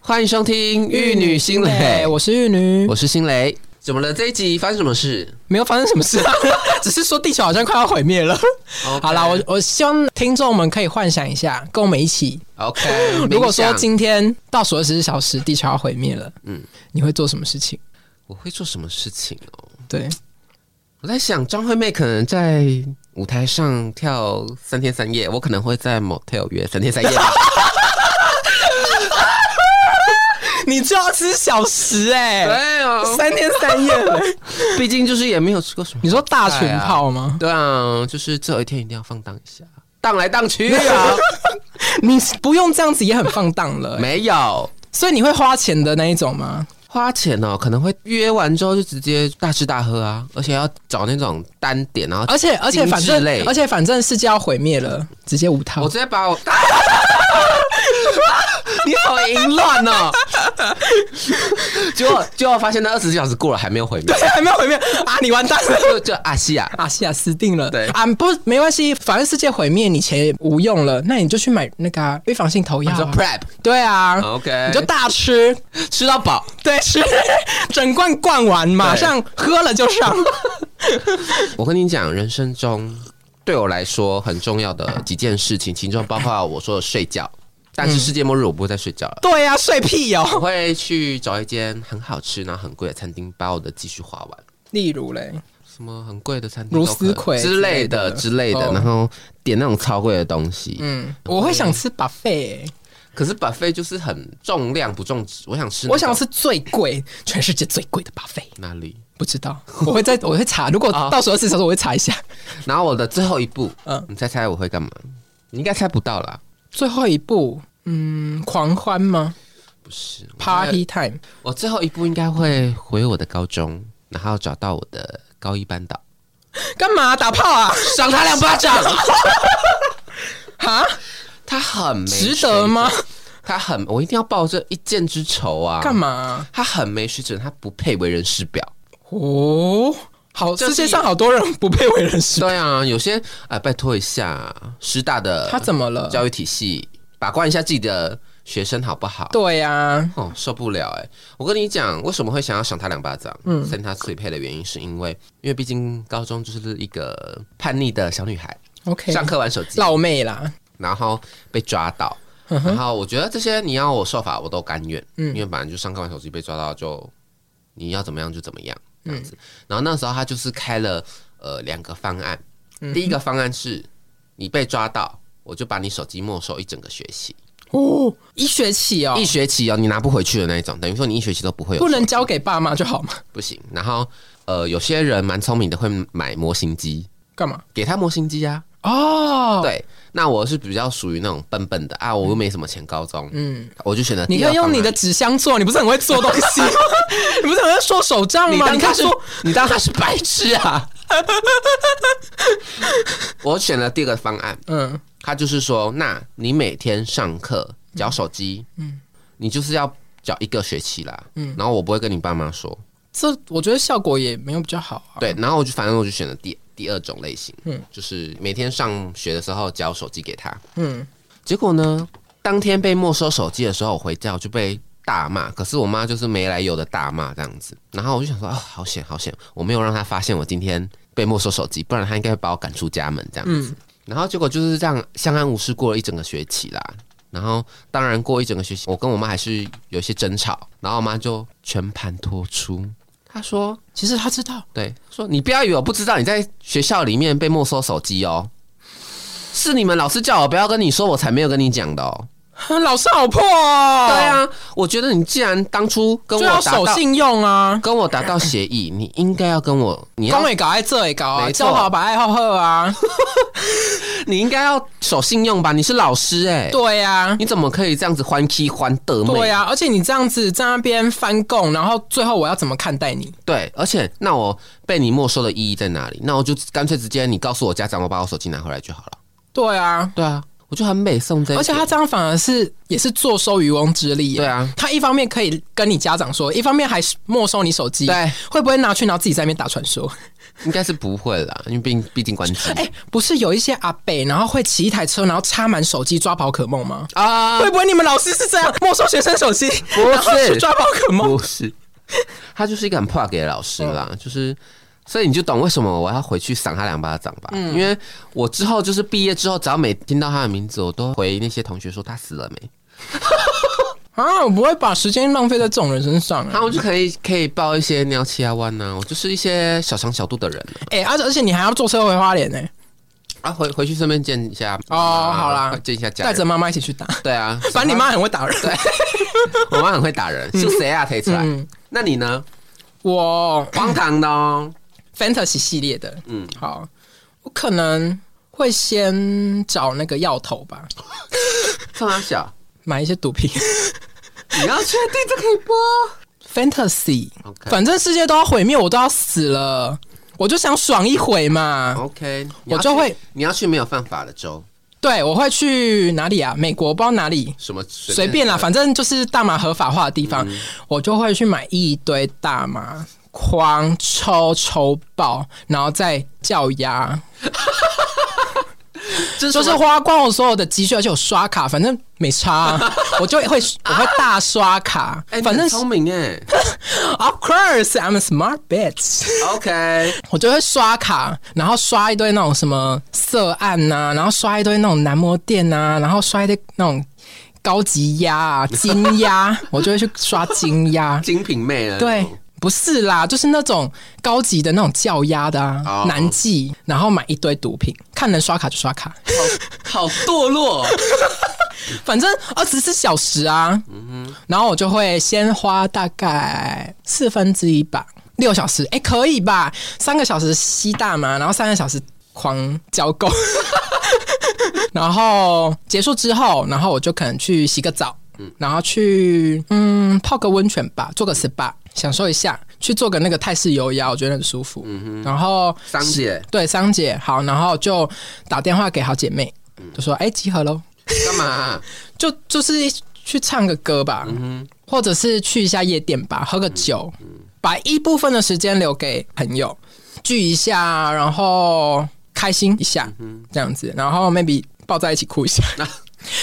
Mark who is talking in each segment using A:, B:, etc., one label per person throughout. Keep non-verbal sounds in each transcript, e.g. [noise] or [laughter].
A: 欢迎收听《玉女心蕾》，
B: 我是玉女
A: 我，是心蕾。怎么了？这一集发生什么事？
B: 没有发生什么事
A: [laughs]
B: 啊，只是说地球好像快要毁灭了。好啦，我我希望听众们可以幻想一下，跟我们一起。
A: [laughs] OK。
B: 如果说
A: 嗯冥想
B: 今天倒数二十四小时，地球要毁灭了，嗯，你会做什么事情？
A: 我会做什么事情哦？
B: 对，
A: 我在想，张惠妹可能在舞台上跳三天三夜，我可能会在 motel 约三天三夜吧。
B: 你就要吃小食
A: [laughs]
B: 哎、
A: 对啊，
B: 三天三夜了。
A: 毕竟就是也没有吃过什么。
B: 你说大群炮吗？
A: 对啊，就是最后一天一定要放荡一下，荡来荡去啊，
B: 你不用这样子也很放荡
A: [laughs]
B: 了、
A: 没有。
B: 所以你会花钱的那一种吗？
A: 花钱哦，可能会约完之后就直接大吃大喝啊，而且要找那种单点，然后
B: 而且而且
A: 精致
B: 反正
A: 类
B: 而且反正世界要毁灭了，直接无套
A: 我。直接 [laughs] 把我，你好淫乱哦！结果结果发现那二十四小时过了还没有毁灭，
B: 对， [laughs] 还没有毁灭啊！你完蛋了。
A: 就就阿西亚，
B: 啊，是啊，死定了。
A: 对
B: 啊，不，没关系，反正世界毁灭，你钱也无用了，那你就去买那个啊预防性投
A: 你
B: 药
A: 说
B: 啊。
A: prep，OK，、
B: 对啊，你就大吃，
A: 吃到饱，
B: 对，吃整罐灌完，马上喝了就
A: [laughs]
B: 上。
A: 我跟你讲，人生中对我来说很重要的几件事情，其中包括我说的睡觉。但是世界末日我不会再睡觉了，
B: 对呀、啊，睡屁
A: 我
B: 哦。
A: 会去找一间很好吃然后很贵的餐厅，把我的积蓄花完。
B: 例如嘞，
A: 什么很贵的餐厅都
B: 茹
A: 可以，
B: 丝葵
A: 之类的之
B: 之
A: 类
B: 类的
A: 的，
B: 哦
A: 然后点那种超贵的东西。
B: 嗯，我会想吃 buffet，、
A: 可是 buffet 就是很重量不重质，我想吃，
B: 我想吃最贵，全世界最贵的 buffet。
A: 哪里？
B: 不知
A: [laughs]
B: 道，我会在我会查，如果
A: 啊
B: 到时候四小时我会查一下。
A: 然后我的最后一步，嗯
B: 嗯，
A: 你猜猜我会干嘛？你应该猜不到啦，
B: 最后一步，嗯，狂欢吗
A: 不是我
B: ？Party
A: 觉
B: time。
A: 得我最后一步应该会回我的高中，然后找到我的高一班导，
B: 干嘛打炮啊？
A: 赏他两巴掌。
B: [laughs] 哈，
A: 他很没
B: 值得吗
A: 水准？他很，我一定要报这一箭之仇啊！
B: 干
A: 嘛？
B: 嘛、
A: 他很没水准，他不配为人师表。
B: 哦，好，
A: 就是
B: 世界上好多人不配为人
A: [laughs]
B: 师。
A: 对啊，有些啊，拜托一下，师大的
B: 他怎么了？
A: 教育体系把关一下自己的学生好不好？
B: 对啊呀、
A: 哦，受不了哎、我跟你讲，为什么会想要赏他两巴掌，嗯，扇他脆配的原因，是因为因为毕竟高中就是一个叛逆的小女孩，
B: o k
A: 上课玩手机，
B: 老妹啦，
A: 然后被抓到。
B: 嗯
A: 然后我觉得这些你要我受罚我都甘愿，因为本来就上课玩手机被抓到就你要怎么样就怎么样这
B: 嗯
A: 样子。然后那时候他就是开了呃两个方案，
B: 嗯
A: 第一个方案是你被抓到，我就把你手机没收一整个学期，
B: 哦，一学期哦
A: 一，学期哦你拿不回去的那一种，等于说你一学期都不会有
B: 不
A: 手
B: 能
A: 机
B: 交给爸妈就好嘛？
A: 不行。然后呃有些人蛮聪明的会买模型机，
B: 干嘛？
A: 给他模型机啊，
B: 哦，，
A: 对。那我是比较属于那种笨笨的啊，我又没什么钱，高中，嗯，我就选择
B: 你
A: 第
B: 可
A: 二
B: 以用
A: 方
B: 你
A: 案
B: 的纸箱做，你不是很会做东西 [laughs] 吗？你不是很会做手账
A: 你
B: 吗？
A: 当
B: 你
A: 他
B: 看
A: 是
B: 说，
A: [laughs] 你当他是白痴啊！我选了第二个方案，
B: 嗯，
A: 他就是说，那你每天上课缴手机，嗯，你就是要缴一个学期啦，嗯，然后我不会跟你爸妈说，
B: 这我觉得效果也没有比较好啊。
A: 对，然后我就反正我就选了第第二种类型，嗯，就是每天上学的时候交手机给他，
B: 嗯，
A: 结果呢，当天被没收手机的时候，我回家我就被大骂，可是我妈就是没来由的大骂这样子，然后我就想说啊、好险好险，我没有让她发现我今天被没收手机，不然她应该会把我赶出家门这样子。然后结果就是这样相安无事过了一整个学期啦。然后当然过一整个学期，我跟我妈还是有一些争吵，然后我妈就全盘托出，她说
B: 其实他知道，
A: 对，说你不要以为我不知道你在学校里面被没收手机哦，是你们老师叫我不要跟你说，我才没有跟你讲的哦。
B: 啊 [laughs] 老师好破哦。
A: 对，啊，我觉得你既然当初跟
B: 就
A: 我
B: 要
A: 达
B: 守
A: 到
B: 信用啊。
A: 跟我达到协议， [laughs] 你应该要跟我，你要
B: 公也搞，爱这也搞啊，
A: 没错
B: 做好把爱好喝啊，
A: 你应该要守信用吧？你是老师哎、
B: [laughs] 对啊呀、
A: 你怎么可以这样子欢 k 欢得妹？
B: 对啊呀、而且你这样子在那边翻供，然后最后我要怎么看待你？
A: 对，而且那我被你没收的意义在哪里？那我就干脆直接你告诉我家长，我把我手机拿回来就好了。
B: 对啊，
A: 对啊，我就很美送这一点，
B: 而且他这样反而是也是坐收渔翁之利耶。
A: 对啊
B: 他一方面可以跟你家长说，一方面还是没收你手机，
A: 对，
B: 会不会拿去然后自己在那边打传说？ [laughs]
A: 应该是不会啦，因为毕竟毕竟关机
B: 哎、不是有一些阿北，然后会骑一台车，然后插满手机抓宝可梦吗？
A: 啊，
B: 会不会你们老师是这样没收学生手
A: [laughs]
B: 机，
A: 是
B: 然后去抓宝可梦？ [laughs]
A: 不是，他就是一个很破给的老师啦，就是。所以你就懂为什么我要回去赏他两巴掌吧，因为我之后就是毕业之后，只要每听到他的名字，我都回那些同学说他死了没，
B: 啊，我不会把时间浪费在这种人身上、
A: 然
B: 啊。
A: 后我就可以可以报一些尿气啊弯呐，我就是一些小肠小肚的人了
B: 哎、而且而且你还要坐车回花莲呢、
A: 啊，回回去顺便见一下
B: 哦
A: 啊
B: 好啦
A: 见一下家
B: 带着
A: 人，
B: 妈妈一起去打。
A: 对 [laughs] 啊，
B: 反正你妈很会打人。
A: 我妈很会打人，是谁啊？推出来，
B: 嗯
A: 那你呢？
B: 我
A: 荒唐的哦，
B: fantasy 系列的，
A: 嗯
B: 嗯，好，我可能会先找那个药头吧，
A: 冲他小，
B: 买一些毒品。
A: [laughs] 你要确定这可以播
B: fantasy，
A: ？OK
B: 反正世界都要毁灭，我都要死了，我就想爽一回嘛。
A: OK，
B: 我就会，
A: 你要去没有犯法的州，
B: 对，我会去哪里啊？美国，不知道哪里，
A: 什么
B: 随便啦，反正就是大麻合法化的地方，
A: 嗯
B: 我就会去买一堆大麻，狂抽抽爆，然后再叫
A: [laughs]
B: 鸭，
A: 正
B: 就是花光我所有的积蓄，而且我刷卡，反正没差啊、
A: [laughs]
B: 我就会我会大刷卡，
A: 哎，
B: 反正
A: 你很聪明哎
B: [laughs] of course I'm a smart bitch，
A: ，OK，
B: 我就会刷卡，然后刷一堆那种什么色案呐、然后刷一堆那种男模店呐、然后刷一堆那种高级鸭啊、金鸭，我就会去刷金鸭，
A: 精品妹了，
B: 对。不是啦，就是那种高级的那种叫鸭的啊
A: 哦
B: 男妓，然后买一堆毒品，看能刷卡就刷卡，
A: 好堕落哦，
B: 反正二十四小时啊，然后我就会先花大概四分之一吧，六小时，哎、可以吧？三个小时吸大麻，然后三个小时狂交够， [laughs] 然后结束之后，然后我就可能去洗个澡，然后去嗯泡个温泉吧，做个 SPA，享受一下，去做个那个泰式油压，我觉得很舒服。然后
A: 桑姐
B: 对桑姐好，然后就打电话给好姐妹，就说哎、集合喽。
A: 干嘛？
B: 就就是去唱个歌吧，或者是去一下夜店吧，喝个酒，把一部分的时间留给朋友聚一下，然后开心一下，这样子，然后 maybe 抱在一起哭
A: [laughs]
B: 一下。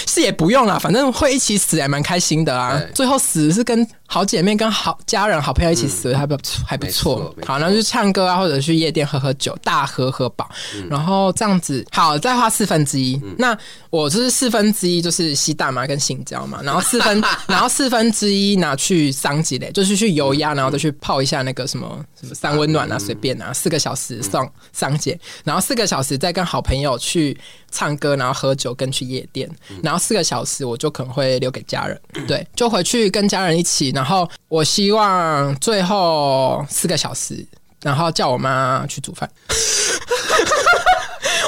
B: 是也不用啦，反正会一起死还蛮开心的啊
A: 对。
B: 最后死是跟好姐妹、跟好家人、好朋友一起死，还不错还不
A: 嗯没
B: 错
A: 错没。错
B: 好，然后去唱歌啊，或者去夜店喝喝酒，大喝喝饱，
A: 嗯
B: 然后这样子好，再花四分之一。那我就是四分之一就是吸大麻跟性交嘛，然后
A: [laughs]
B: 四分然后四分之一拿去桑吉嘞，就是去油
A: 嗯
B: 压，然后再去泡一下那个什么什么三温暖啊，随便啊，四个小时上桑姐，然后四个小时再跟好朋友去唱歌，然后喝酒跟去夜店，然后四个小时我就可能会留给家人，对，就回去跟家人一起，然后我希望最后四个小时，然后叫我妈去煮饭。 [laughs]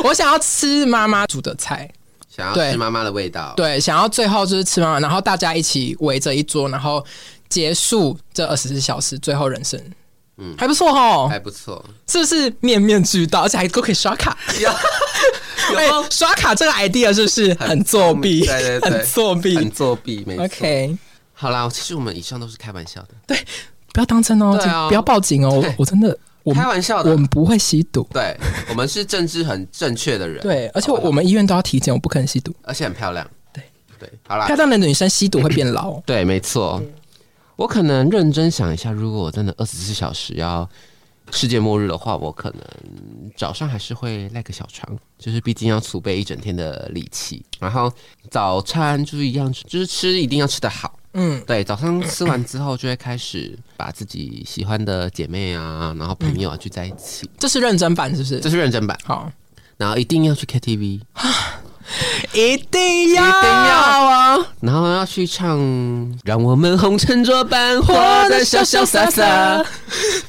B: 我想要吃妈妈煮的菜，
A: 想要
B: 对
A: 吃妈妈的味道，
B: 对，想要最后就是吃完，然后大家一起围着一桌，然后结束这二十四小时最后人生，嗯，还不错哦，
A: 还不错， [laughs]
B: 是不是面面俱到，而且还都可以刷卡？哎、
A: 有
B: 刷卡这个 idea 是不是很作弊？
A: 对对对
B: 很作
A: 很
B: 弊。
A: 作弊，没错。
B: OK，
A: 好啦，其实我们以上都是开玩笑的，
B: 不要当真哦，
A: 对啊
B: 请不要报警哦，我
A: 对
B: 我真的，我们
A: 开玩笑
B: 我
A: 的
B: 们，不会吸毒，
A: 对，我们是政治很正确的人，
B: 对，而且
A: 好不好
B: 我们医院都要体检，我不可能吸毒。
A: 而且很漂亮，
B: 对
A: 对，好啦，
B: 漂，亮的女生吸毒会变老哦
A: 对，没错。我可能认真想一下，如果我真的二十四小时要世界末日的话，我可能早上还是会赖个小肠，就是毕竟要储备一整天的力气。然后早餐就是一样，就是吃一定要吃得好。
B: 嗯，
A: 对，早上吃完之后就会开始把自己喜欢的姐妹啊，然后朋友啊聚在一起，
B: 这是认真版是不是
A: 这？是认真版。
B: 好，
A: 然后一定要去 KTV，
B: 一定要，
A: 一定要啊！然后要去唱《让我们红尘作伴，活得潇潇洒洒》。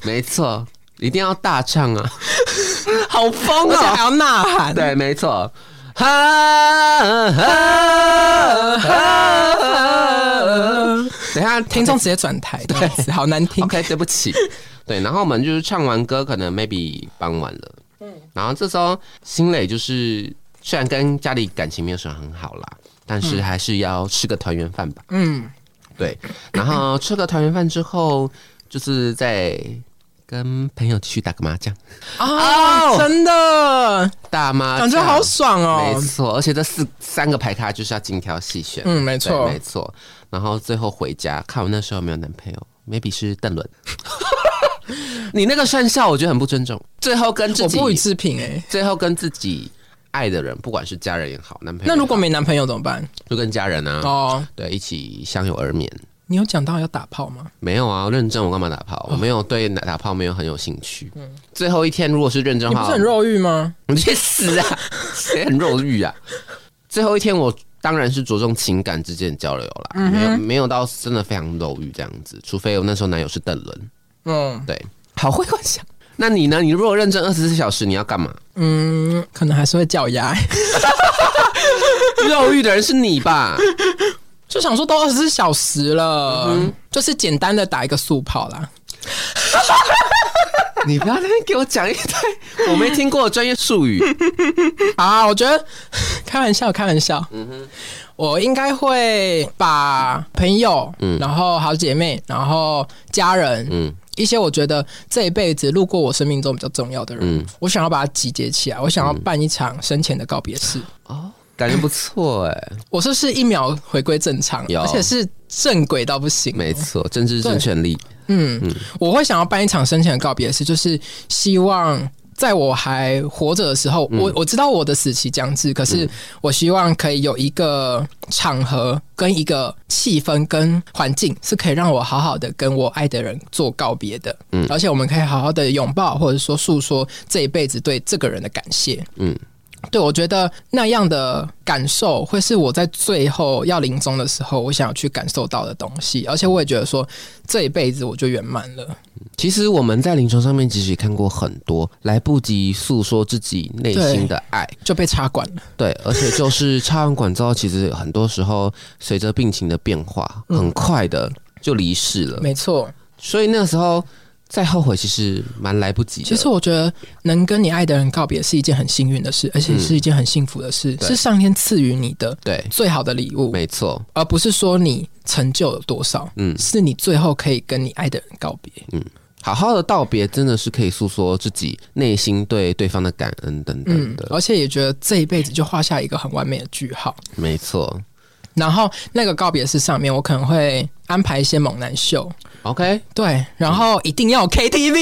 A: 没错，一定要大唱啊！
B: 好
A: 哦
B: 疯而且还要呐喊。
A: 对，没错。哈哈哈！等一下，
B: 听众直接转台，这样子好难
A: [laughs]
B: 听。
A: OK，对不起。对，然后我们就是唱完歌，可能 maybe 傍晚了。嗯，然后这时候新磊就是虽然跟家里感情没有什么很好啦，但是还是要吃个团圆饭吧。
B: 嗯，
A: 对，然后吃个团圆饭之后，就是在跟朋友去打个麻将，哦
B: 啊，真的
A: 大麻
B: 感觉
A: 将
B: 好爽
A: 啊没
B: 哦。
A: 错，而且这四三个牌咖就是要精挑细选，
B: 嗯，没
A: 没
B: 错
A: 没，错。然后最后回家，看我那时候有没有男朋友，maybe 是邓伦。 [laughs] 你那个算校，我觉得很不尊重。最后跟自
B: 我
A: 己，
B: 不予置评哎。
A: 最后跟自己爱的人，不管是家人也好，男朋友也好，
B: 那如果没男朋友怎么办？
A: 就跟家人啊，
B: 哦，
A: 对，一起相拥而眠。
B: 你有讲到要打炮吗？
A: 没有啊，认真我干嘛打炮？我没有对打炮没有很有兴趣。最后一天如果是认真
B: 你
A: 的
B: 不
A: 话，
B: 是很肉欲吗？
A: [laughs] 你去死啊！谁很肉欲啊？最后一天我当然是着重情感之间的交流啦，没有没有到真的非常肉欲这样子，除非我那时候男友是邓伦，
B: 嗯
A: 对，好会幻想。那你呢？你如果认真二十四小时，你要干 [laughs] 嘛？
B: 嗯，可能还是会叫鸭欸， [laughs]
A: 肉欲的人是你吧？
B: 就想说都二十四小时了，
A: 嗯
B: 就是简单的打一个速炮啦。
A: 你不要在那边给我讲一堆我没听过的专业术语。
B: 啊，我觉得 [laughs] 开玩笑，开玩笑。嗯哼，我应该会把朋友，然后好姐妹，然后家人，
A: 嗯
B: 一些我觉得这一辈子路过我生命中比较重要的人，
A: 嗯，
B: 我想要把它集结起来，我想要办一场生前的告别式。
A: 哦，感觉不错哎、
B: 我是不是一秒回归正常，
A: 有
B: 而且是正轨到不行？
A: 没错，政治正权力。
B: 嗯，我会想要办一场生前的告别式，就是希望在我还活着的时候，我我知道我的死期将至，可是我希望可以有一个场合、跟一个气氛、跟环境，是可以让我好好的跟我爱的人做告别的。嗯，而且我们可以好好的拥抱，或者说诉说这一辈子对这个人的感谢。
A: 嗯
B: 嗯。对，我觉得那样的感受会是我在最后要临终的时候，我想要去感受到的东西，而且我也觉得说，这一辈子我就圆满了。
A: 其实我们在临床上面其实也看过很多来不及诉说自己内心的爱，
B: 就被插管了。
A: 对，而且就是插完管之后，其实很多时候随着病情的变化，很快的就离世了。
B: 没错，
A: 所以那个时候再后悔，其实蛮来不及的。
B: 其实我觉得能跟你爱的人告别是一件很幸运的事，而且是一件很幸福的事，
A: 嗯对
B: 是上天赐予你的
A: 对，
B: 最好的礼物，
A: 没错，
B: 而不是说你成就有多少，
A: 嗯
B: 是你最后可以跟你爱的人告别。
A: 好好的道别真的是可以诉说自己内心对对方的感恩等等
B: 嗯
A: 的，，
B: 而且也觉得这一辈子就画下一个很完美的句号。
A: 没错。
B: 然后那个告别式上面，我可能会安排一些猛男秀，
A: OK，
B: 对，然后一定要
A: [laughs]
B: 有 KTV，因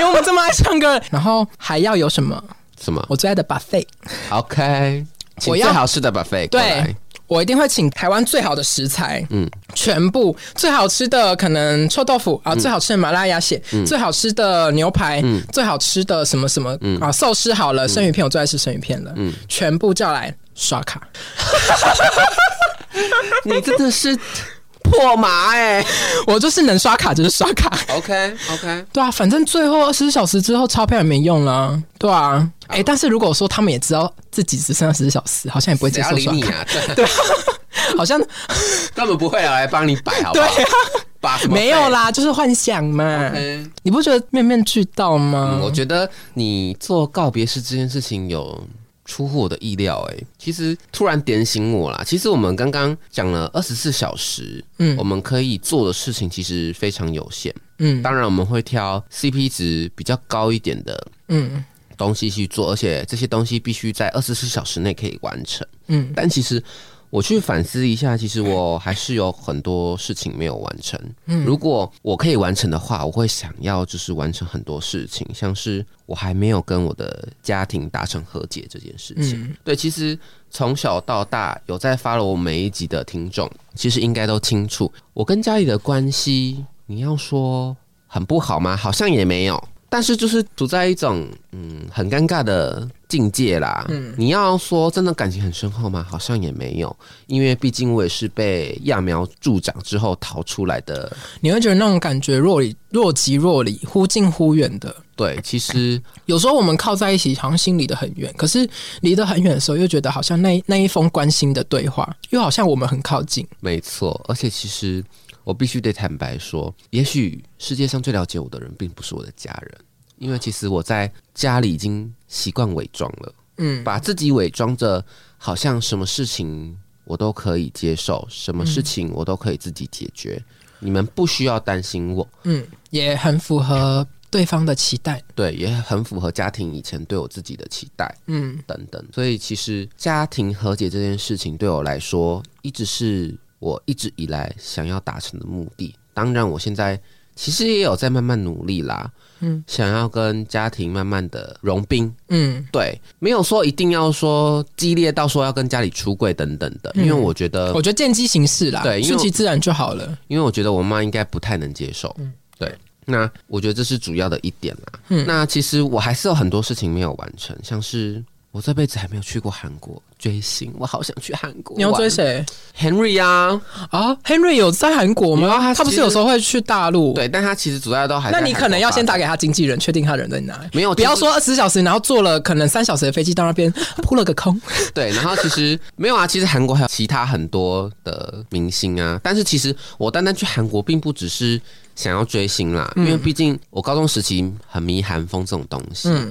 B: 为我们这么爱唱歌，然后还要有什么
A: 什么
B: 我最爱的 buffet。
A: ？OK，请
B: 我
A: 最
B: 要
A: 好吃的 buffet 过来
B: 对我一定会请台湾最好的食材，
A: 嗯
B: 嗯，全部最好吃的可能臭豆腐啊，
A: 嗯
B: 最好吃的麻辣鸭血，最好吃的牛排，最好吃的什么什么、
A: 嗯
B: 啊，寿司好了，生鱼片我最爱吃生鱼片了，嗯，全部叫来刷卡，
A: 你真的是破麻哎、
B: 我就是能刷卡就是刷卡， [laughs]
A: OK OK，
B: 对啊，反正最后二十四小时之后钞票也没用了，对啊，哎、但是如果说他们也知道自己只剩二十四小时，好像也不会
A: 谁
B: 接
A: 要
B: 受
A: 理
B: 刷
A: 你
B: 卡，
A: 啊？
B: 好像
A: [laughs] 根本不会有来帮你摆，好不
B: 对
A: 好？
B: 啊，
A: 把什么
B: [laughs] 没有啦，就是幻想嘛
A: OK
B: 你不觉得面面俱到
A: 摆。
B: 吗？
A: 嗯我觉得你做告别式这件事情有出乎我的意料、欸，其实突然点醒我啦。其实我们刚刚讲了二十四小时，
B: 嗯
A: 我们可以做的事情其实非常有限。
B: 嗯
A: 当然，我们会挑 CP 值比较高一点的
B: 嗯
A: 东西去做，而且这些东西必须在二十四小时内可以完成。
B: 嗯
A: 但其实我去反思一下，其实我还是有很多事情没有完成。
B: 嗯
A: 如果我可以完成的话，我会想要就是完成很多事情，像是我还没有跟我的家庭达成和解这件事情。
B: 嗯
A: 对，其实从小到大有在发了我每一集的听众，其实应该都清楚，我跟家里的关系，你要说很不好吗？好像也没有。但是就是处在一种嗯很尴尬的境界啦。你要说真的感情很深厚吗？好像也没有，因为毕竟我也是被揠苗助长之后逃出来的。
B: 你会觉得那种感觉若离若即若离，忽近忽远的。
A: 对，其实
B: 有时候我们靠在一起，好像心离得很远，可是离得很远的时候，又觉得好像那那一 [laughs] 封关心的对话，又好像我们很靠近。
A: 没错，而且其实我必须得坦白说，也许世界上最了解我的人并不是我的家人，因为其实我在家里已经习惯伪装了。
B: 嗯，
A: 把自己伪装着好像什么事情我都可以接受，什么事情我都可以自己解决，你们不需要担心我。
B: 嗯，也很符合对方的期待。
A: 对，也很符合家庭以前对我自己的期待
B: 嗯
A: 等等。所以其实家庭和解这件事情对我来说，一直是我一直以来想要达成的目的。当然，我现在其实也有在慢慢努力啦，
B: 嗯，
A: 想要跟家庭慢慢的融冰。
B: 嗯
A: 对，没有说一定要说激烈到说要跟家里出柜等等的，因为我觉得
B: 我觉得见机行事啦，
A: 对因为
B: 顺
A: 我
B: 其自然就好了。
A: 因为我觉得我妈应该不太能接受。
B: 嗯
A: 对，那我觉得这是主要的一点啦。那其实我还是有很多事情没有完成，像是我这辈子还没有去过韩国追星，我好想去韩国。
B: 你要追？谁
A: Henry 啊，
B: 啊？Henry 有在韩国
A: 有啊
B: 吗？
A: 他
B: 他不
A: 其
B: 是
A: 实
B: 有时候会去大陆？。
A: 对，但他其实主要都还在
B: 那你可能要先
A: 韩国发
B: 打给他经纪人，确定他人在哪。
A: 没有
B: 不要
A: 其实
B: 说二十四小时，然后坐了可能三小时的飞机到那边，扑了个空。
A: 展对，然后其实没有啊，其实韩国还有其他很多的明星啊，但是其实我单单去韩国并不只是想要追星啦，因为毕竟我高中时期很迷韩风这种东西，
B: 嗯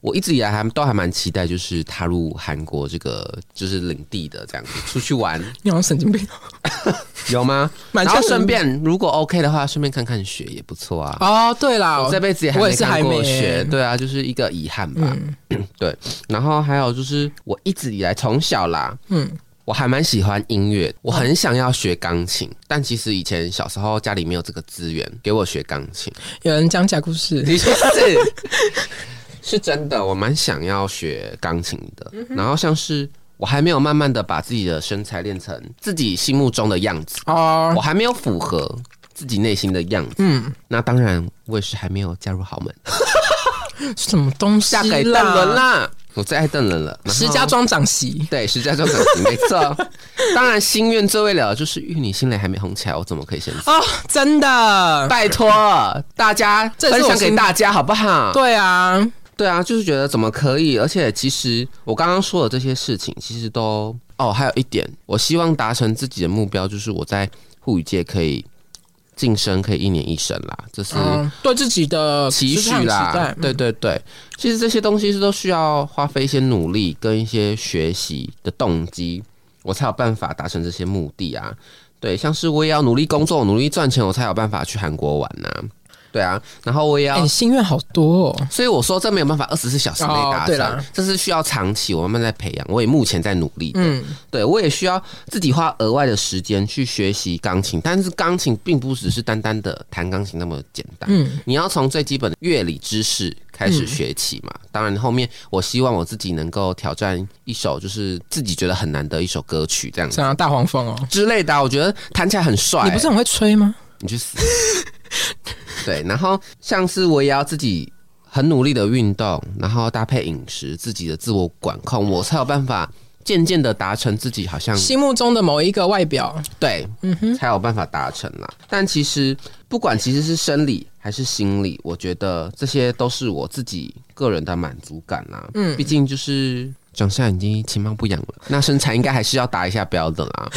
A: 我一直以来还都还蛮期待，就是踏入韩国这个就是领地的这样子出去玩，
B: 你好像神经病。
A: 有吗？
B: [laughs] 蛮
A: 然
B: 像
A: 后顺便如果 OK 的话，顺便看看雪也不错啊。
B: 哦，对啦，
A: 我这辈子也还
B: 我
A: 没
B: 也是还
A: 看
B: 没嗯
A: 过
B: 耶
A: 雪，对啊，就是一个遗憾吧。 [clears throat] 对，然后还有就是我一直以来从小啦，
B: 嗯
A: 嗯。我还蛮喜欢音乐，我很想要学钢琴，但其实以前小时候家里没有这个资源给我学钢
B: [laughs]
A: 琴，
B: 有人讲假故事，
A: 的确是是真的，我蛮想要学钢琴的。
B: 嗯
A: 然后像是我还没有慢慢的把自己的身材练成自己心目中的样子，
B: 哦
A: 我，还没有符合自己内心的样子。
B: 嗯，
A: 那当然，我也是还没有嫁入豪门，
B: 什么东西
A: 嫁
B: 啦？
A: 给邓伦啦，我最爱邓伦了。然后
B: 石家。庄长媳，
A: 对，石家庄感情没 [laughs] 错。当然，心愿最未了的就是玉女心蕾还没红起来，我怎么可以先死？
B: 哦，真
A: [laughs]
B: 的，
A: 拜托大家
B: 这也
A: 分
B: 是我
A: 享给
B: 心
A: 大家好不好？
B: 对啊，
A: 对啊，就是觉得怎么可以？而且其实我刚刚说的这些事情，其实都哦，还有一点，我希望达成自己的目标，就是我在护理界可以晋升，可以一年一升啦，这是
B: 嗯，对自己的
A: 期
B: 职
A: 许
B: 场期
A: 啦
B: 待。嗯
A: 对对对，其实这些东西是都需要花费一些努力跟一些学习的动机，我才有办法达成这些目的啊。对，像是我也要努力工作，努力赚钱，我才有办法去韩国玩呐、对啊，然后我也要
B: 哎、你心愿好多哦，
A: 所以我说这没有办法二十四小时内
B: 哦
A: 达
B: 对
A: 成，
B: 啦
A: 这是需要长期，我慢慢在培养，我也目前在努力。
B: 嗯，
A: 对我也需要自己花额外的时间去学习钢琴，但是钢琴并不只是单单的弹钢琴那么简单，
B: 嗯
A: 你要从最基本的乐理知识开始学起嘛。当然后面我希望我自己能够挑战一首就是自己觉得很难的一首歌曲这样子
B: 想要大黄蜂哦，
A: 之类的啊、我觉得弹起来很帅、欸
B: 你不是很会吹吗？
A: 你去死。对，然后像是我也要自己很努力的运动，然后搭配饮食，自己的自我管控，我才有办法渐渐的达成自己好像
B: 心目中的某一个外表，
A: 对，
B: 嗯哼，
A: 才有办法达成啦。但其实不管其实是生理还是心理，我觉得这些都是我自己个人的满足感啦。
B: 嗯
A: 嗯，毕竟就是长相已经其貌不扬了，那身材应该还是要达一下标的
B: [laughs]
A: 啦。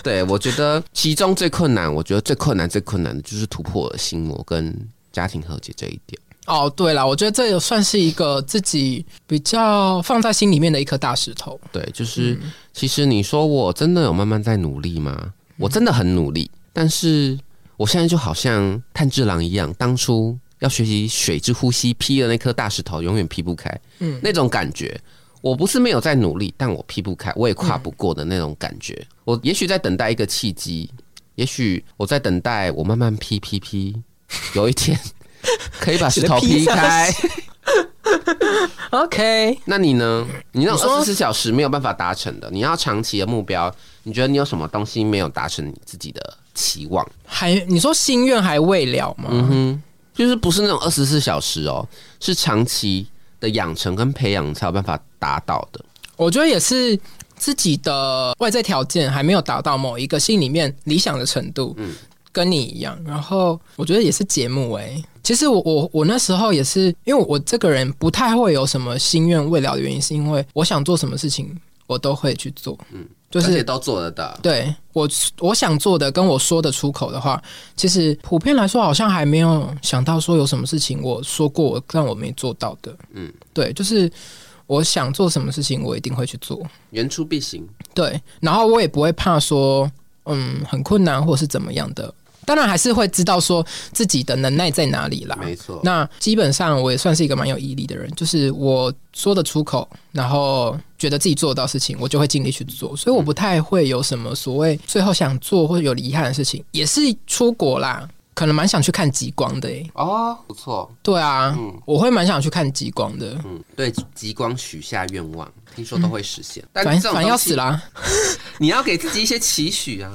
A: 对，我觉得其中最困难，我觉得最困难、最困难的就是突破我的心魔跟家庭和解这一点。
B: 哦，对了，我觉得这也算是一个自己比较放在心里面的一颗大石头。
A: 对，就是、其实你说我真的有慢慢在努力吗？我真的很努力，但是我现在就好像炭治郎一样，当初要学习水之呼吸，劈的那颗大石头永远劈不开，
B: 嗯
A: 嗯，那种感觉。我不是没有在努力，但我劈不开，我也跨不过的那种感觉。我也许在等待一个契机，也许我在等待我慢慢劈劈劈，有一天 [laughs] 可以把石头劈开。
B: OK，
A: 那你呢？你那
B: 你说
A: 种二十四小时没有办法达成的，你要长期的目标，你觉得你有什么东西没有达成你自己的期望？
B: 还你说心愿还未了吗？
A: 嗯哼，就是不是那种二十四小时哦，是长期的养成跟培养才有办法达到的。
B: 我觉得也是自己的外在条件还没有达到某一个心里面理想的程度，嗯，跟你一样。然后我觉得也是节目哎、其实我我我那时候也是，因为我这个人不太会有什么心愿未了的原因，是因为我想做什么事情我都会去做，嗯，就
A: 而且
B: 是
A: 都做得到。
B: 对我我想做的跟我说的出口的话，其实普遍来说好像还没有想到说有什么事情我说过但我没做到的。嗯，对，就是我想做什么事情，我一定会去做。
A: 原出必行，
B: 对，然后我也不会怕说，嗯，很困难或是怎么样的。当然还是会知道说自己的能耐在哪里啦。
A: 没错。
B: 啊那基本上我也算是一个蛮有毅力的人，就是我说得出口，然后觉得自己做得到事情，我就会尽力去做。所以我不太会有什么所谓最后想做或者有遗憾的事情。也是出国啦，可能蛮想去看极光的、欸。
A: 哦，不错，
B: 对啊，
A: 嗯
B: 我会蛮想去看极光的。
A: 嗯，对极光许下愿望，听说都会实现。但
B: 嗯反
A: 这种
B: 反正要
A: 东西
B: 死啦！
A: 你要给自己一些期许啊。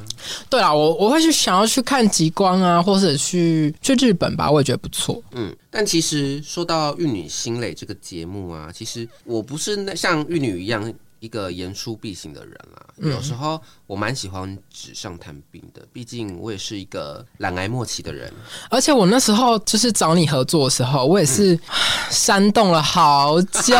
B: 对啦，我我会去想要去看极光啊，或者去去日本吧，我也觉得不错。
A: 嗯，但其实说到《玉女心蕾》这个节目啊，其实我不是那像玉女一样一个言出必行的人啦、有时候我蛮喜欢纸上谈兵的，毕竟我也是一个懒癌末期的人。
B: 而且我那时候就是找你合作的时候，我也是煽动了好久，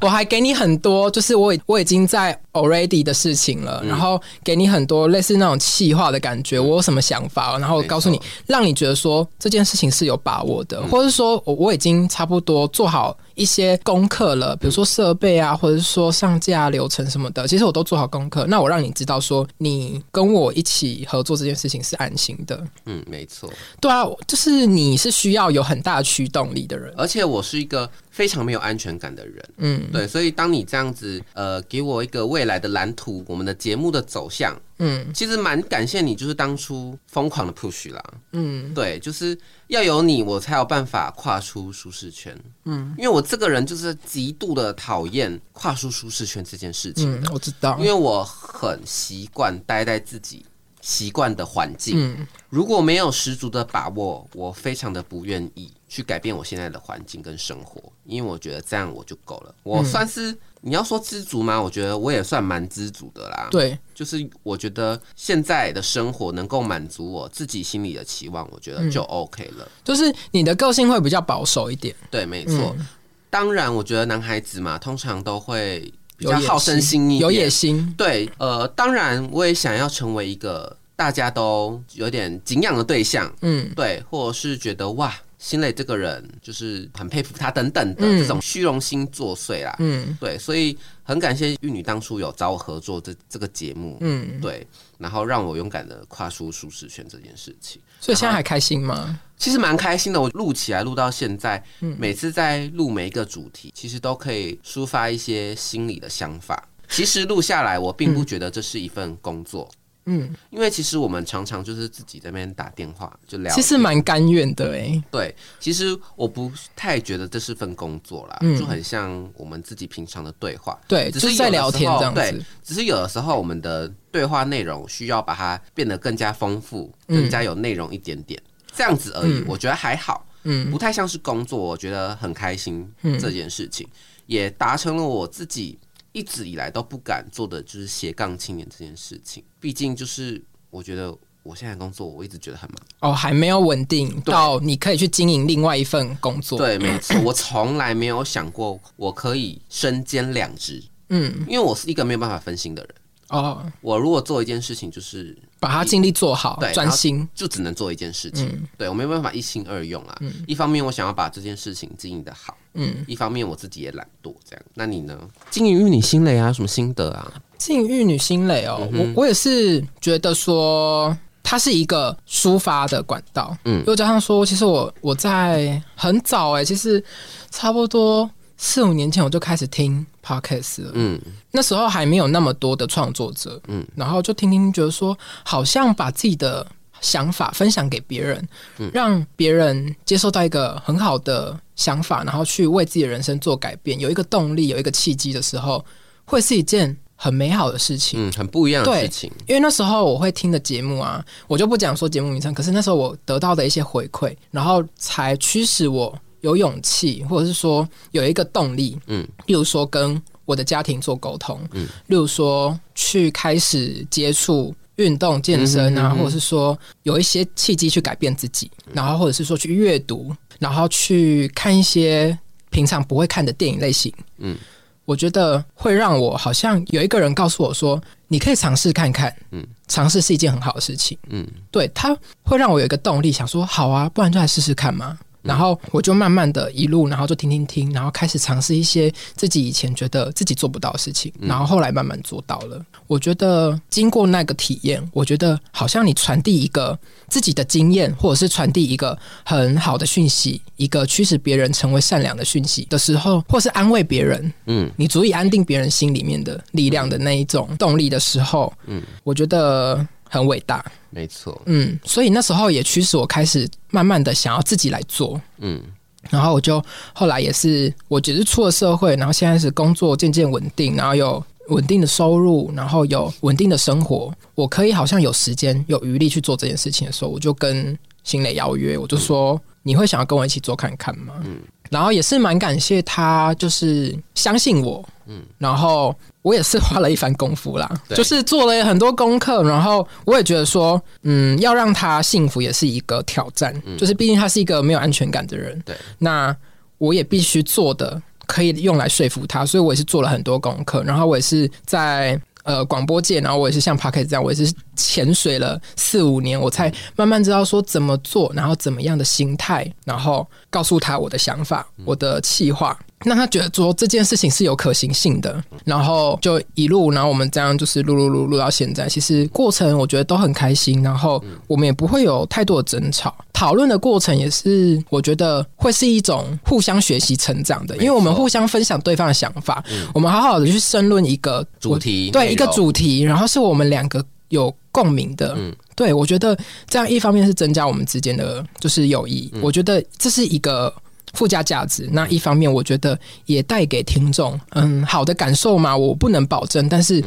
B: 我还给你很多，就是我已我已经在 already 的事情了，然后给你很多类似那种气话的感觉，我有什么想法，然后我告诉你
A: 没，
B: 让你觉得说这件事情是有把握的，或者说我我已经差不多做好一些功课了，比如说设备啊，或者是说上架流程什么的，其实我都做好功课，那我让你知道说你跟我一起合作这件事情是安心的。
A: 嗯，没错，
B: 对啊，就是你是需要有很大的驱动力的人。
A: 而且我是一个非常没有安全感的人。
B: 嗯
A: 对，所以当你这样子，呃，给我一个未来的蓝图，我们的节目的走向，
B: 嗯
A: 其实蛮感谢你，就是当初疯狂的 push 啦。
B: 嗯，
A: 对，就是要有你，我才有办法跨出舒适圈。嗯，因为我这个人就是极度的讨厌跨出舒适圈这件事情，
B: 嗯，我知道
A: 因。为我很习惯待在自己习惯的环境。
B: 嗯
A: 如果没有十足的把握，我非常的不愿意去改变我现在的环境跟生活，因为我觉得这样我就够了。
B: 嗯
A: 我算是、你要说知足吗？我觉得我也算蛮知足的啦。，
B: 对，
A: 就是我觉得现在的生活能够满足我自己心里的期望，我觉得
B: 嗯
A: 就 OK 了。
B: 就是你的个性会比较保守一点。
A: 对，没错。
B: 嗯
A: 当然，我觉得男孩子嘛，通常都会比较
B: 有野
A: 好胜心一点，
B: 有野心。
A: 对，呃，当然我也想要成为一个大家都有点敬仰的对象，
B: 嗯
A: 对，或者是觉得哇，辛磊这个人就是很佩服他等等的、
B: 嗯
A: 这种虚荣心作祟啦。
B: 嗯
A: 对，所以很感谢玉女当初有找我合作这这个节目，
B: 嗯，
A: 对，然后让我勇敢的跨出舒适圈这件事情，
B: 所以现在还开心吗？
A: 其实蛮开心的。我录起来录到现在，
B: 嗯
A: 每次在录每一个主题，其实都可以抒发一些心里的想法。其实录下来，我并不觉得这是一份工作，
B: 嗯，
A: 因为其实我们常常就是自己在那边打电话就聊天，
B: 其实蛮甘愿的欸诶、
A: 对，其实我不太觉得这是份工作啦，
B: 嗯
A: 就很像我们自己平常的对话。
B: 对，
A: 只
B: 就是是在
A: 有的
B: 聊天
A: 时候
B: 这样
A: 对
B: 子。
A: 只是有的时候我们的对话内容需要把它变得更加丰富，更加有内容一点点，这样子而已。我觉得还好，
B: 嗯
A: 不太像是工作，我觉得很开心。
B: 嗯
A: 这件事情也达成了我自己一直以来都不敢做的，就是斜杠青年这件事情。毕竟就是我觉得我现在的工作，我一直觉得很忙。
B: 哦，还没有稳定
A: 对
B: 到你可以去经营另外一份工作。，
A: 对，没错，我从来没有想过我可以身兼两职，
B: 嗯，
A: 因为我是一个没有办法分心的人。
B: 哦，
A: 我如果做一件事情，就是
B: 把它尽力做好
A: 对，
B: 专心。
A: 就只能做一件事情。对我没有办法一心二用啊。一方面我想要把这件事情经营的好，
B: 嗯，
A: 一方面我自己也懒惰，这样。那你呢？经营玉女心蕾啊，什么心得啊？
B: 禁欲女心蕾哦，我我也是觉得说。它是一个抒发的管道，
A: 嗯
B: 嗯，又加上说，其实我我在很早哎、其实差不多四五年前我就开始听 podcast 了，
A: 嗯
B: 那时候还没有那么多的创作者，
A: 嗯
B: 嗯，然后就听听觉得说，好像把自己的想法分享给别人，让别人接受到一个很好的想法，然后去为自己的人生做改变，有一个动力，有一个契机的时候，会是一件很美好的事情。
A: 嗯，很不一样的
B: 对
A: 事情。
B: 因为那时候我会听的节目啊，我就不讲说节目名称，可是那时候我得到的一些回馈，然后才驱使我有勇气，或者是说有一个动力，
A: 嗯
B: 嗯，例如说跟我的家庭做沟通，嗯，例如说去开始接触。运动健身啊，或者是说有一些契机去改变自己，然后或者是说去阅读，然后去看一些平常不会看的电影类型，
A: 嗯
B: 嗯，我觉得会让我好像有一个人告诉我说，你可以尝试看看，
A: 嗯
B: 嗯，尝试是一件很好的事情，
A: 嗯
B: 对，它会让我有一个动力，想说好啊，不然就来试试看嘛。然后我就慢慢的一路，然后就听听听，然后开始尝试一些自己以前觉得自己做不到的事情，然后后来慢慢做到了。我觉得经过那个体验，我觉得好像你传递一个自己的经验，或者是传递一个很好的讯息，一个驱使别人成为善良的讯息的时候，或是安慰别人，
A: 嗯
B: 嗯，你足以安定别人心里面的力量的那一种动力的时候，嗯，我觉得很伟大。
A: 没错，
B: 嗯，所以那时候也驱使我开始慢慢的想要自己来做，
A: 嗯，
B: 然后我就后来也是，我只是出了社会，然后现在是工作渐渐稳定，然后有稳定的收入，然后有稳定的生活，我可以好像有时间有余力去做这件事情的时候，我就跟新磊邀约，我就说你会想要跟我一起做看看吗？嗯，然后也是蛮感谢他，就是相信我，嗯，然后我也是花了一番功夫啦，
A: 对
B: 就是做了很多功课，然后我也觉得说，嗯，要让他幸福也是一个挑战，就是毕竟他是一个没有安全感的人，
A: 对，
B: 那我也必须做的可以用来说服他，所以我也是做了很多功课，然后我也是在。呃，广播界，然后我也是像 p a c k e t 这样，我也是潜水了四五年，我才慢慢知道说怎么做，然后怎么样的心态，然后告诉他我的想法、我的计划，让他觉得说这件事情是有可行性的，然后就一路，然后我们这样就是录录录录到现在，其实过程我觉得都很开心，然后我们也不会有太多的争吵，讨论的过程也是我觉得会是一种互相学习成长的，因为我们
A: 没错嗯
B: 互相分享对方的想法，我们好好的去申论一个
A: 主题
B: 对
A: 内
B: 一个
A: 容
B: 主题，然后是我们两个有共鸣的。
A: 嗯
B: 对我觉得这样一方面是增加我们之间的就是友谊，
A: 嗯
B: 我觉得这是一个。附加价值，那一方面我觉得也带给听众，嗯，好的感受嘛，我不能保证，但
A: 嗯
B: 是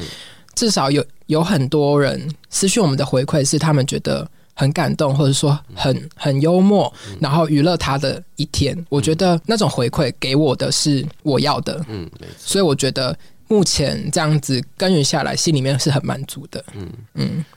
B: 至少有有很多人私讯我们的回馈是他们觉得很感动，或者说
A: 嗯
B: 很很幽默，然后娱乐他的一天。我觉得那种回馈给我的是我要的，
A: 嗯，没错。
B: 所以我觉得目前这样子耕耘下来，心里面是很满足的。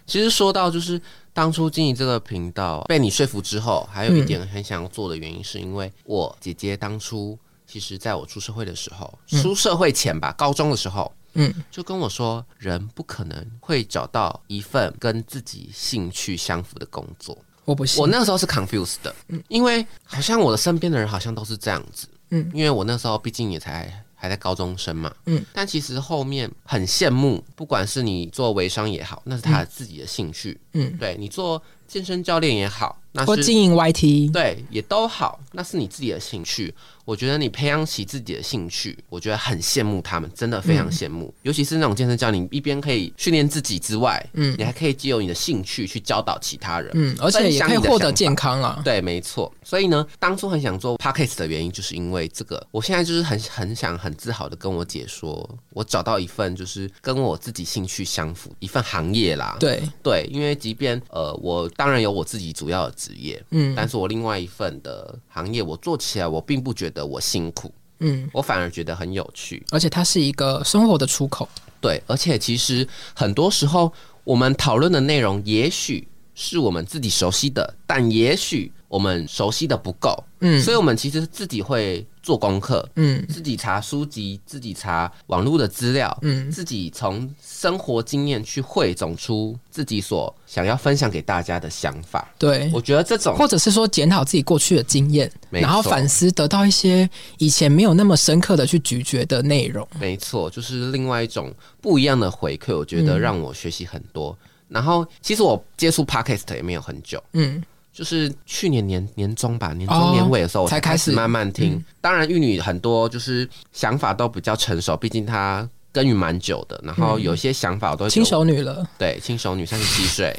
A: 其实说到就是当初经营这个频道被你说服之后，还有一点很想要做的原因，是因为我姐姐当初其实在我出社会的时候，出社会前吧，高中的时候。
B: 嗯，
A: 就跟我说，人不可能会找到一份跟自己兴趣相符的工作。
B: 我不信，
A: 我那时候是 confused 的，因为好像我的身边的人好像都是这样子，
B: 嗯
A: 因为我那时候毕竟也才还在高中生嘛，
B: 嗯
A: 但其实后面很羡慕，不管是你做微商也好，那是他自己的兴趣，
B: 嗯，
A: 对你做健身教练也好，那
B: 或
A: 是
B: 经营 YT，
A: 对，也都好，那是你自己的兴趣。我觉得你培养起自己的兴趣，我觉得很羡慕他们，真的非常羡慕。尤其是那种健身教练，你一边可以训练自己之外，嗯，你还可以借由你的兴趣去教导其他人，
B: 嗯，而且也可以获得
A: 健。
B: 健康啊啦。
A: 对，没错。所以呢，当初很想做 podcast 的原因，就是因为这个。我现在就是很很想很自豪的跟我姐说，我找到一份就是跟我自己兴趣相符一份行业啦。
B: 对，
A: 对，因为即便呃，我当然有我自己主要的职业，
B: 嗯
A: 但是我另外一份的行业，我做起来我并不觉得我辛苦，
B: 嗯，
A: 我反而觉得很有趣。
B: 而且它是一个生活的出口。
A: 对，而且其实很多时候我们讨论的内容，也许是我们自己熟悉的，但也许我们熟悉的不够，
B: 嗯
A: 所以我们其实自己会做功课，
B: 嗯
A: 自己查书籍，自己查网络的资料，
B: 嗯
A: 自己从生活经验去汇总出自己所想要分享给大家的想法。
B: 对，
A: 我觉得这种
B: 或者是说检讨自己过去的经验，
A: 没错
B: 然后反思得到一些以前没有那么深刻的去咀嚼的内容。
A: 没错，就是另外一种不一样的回馈，我觉
B: 嗯
A: 得让我学习很多。然后其实我接触 podcast 也没有很久，
B: 嗯，
A: 就是去年年年中吧，年
B: 哦
A: 中年尾的时候，我
B: 才开
A: 开
B: 始嗯
A: 慢慢听。当然，玉女很多就是想法都比较成熟，毕竟她耕耘蛮久的。然后有一些想法我都会觉
B: 嗯轻
A: 得
B: 熟女了，
A: 对轻熟女三十七岁，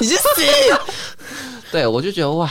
B: 你是谁？
A: 对我就觉得哇，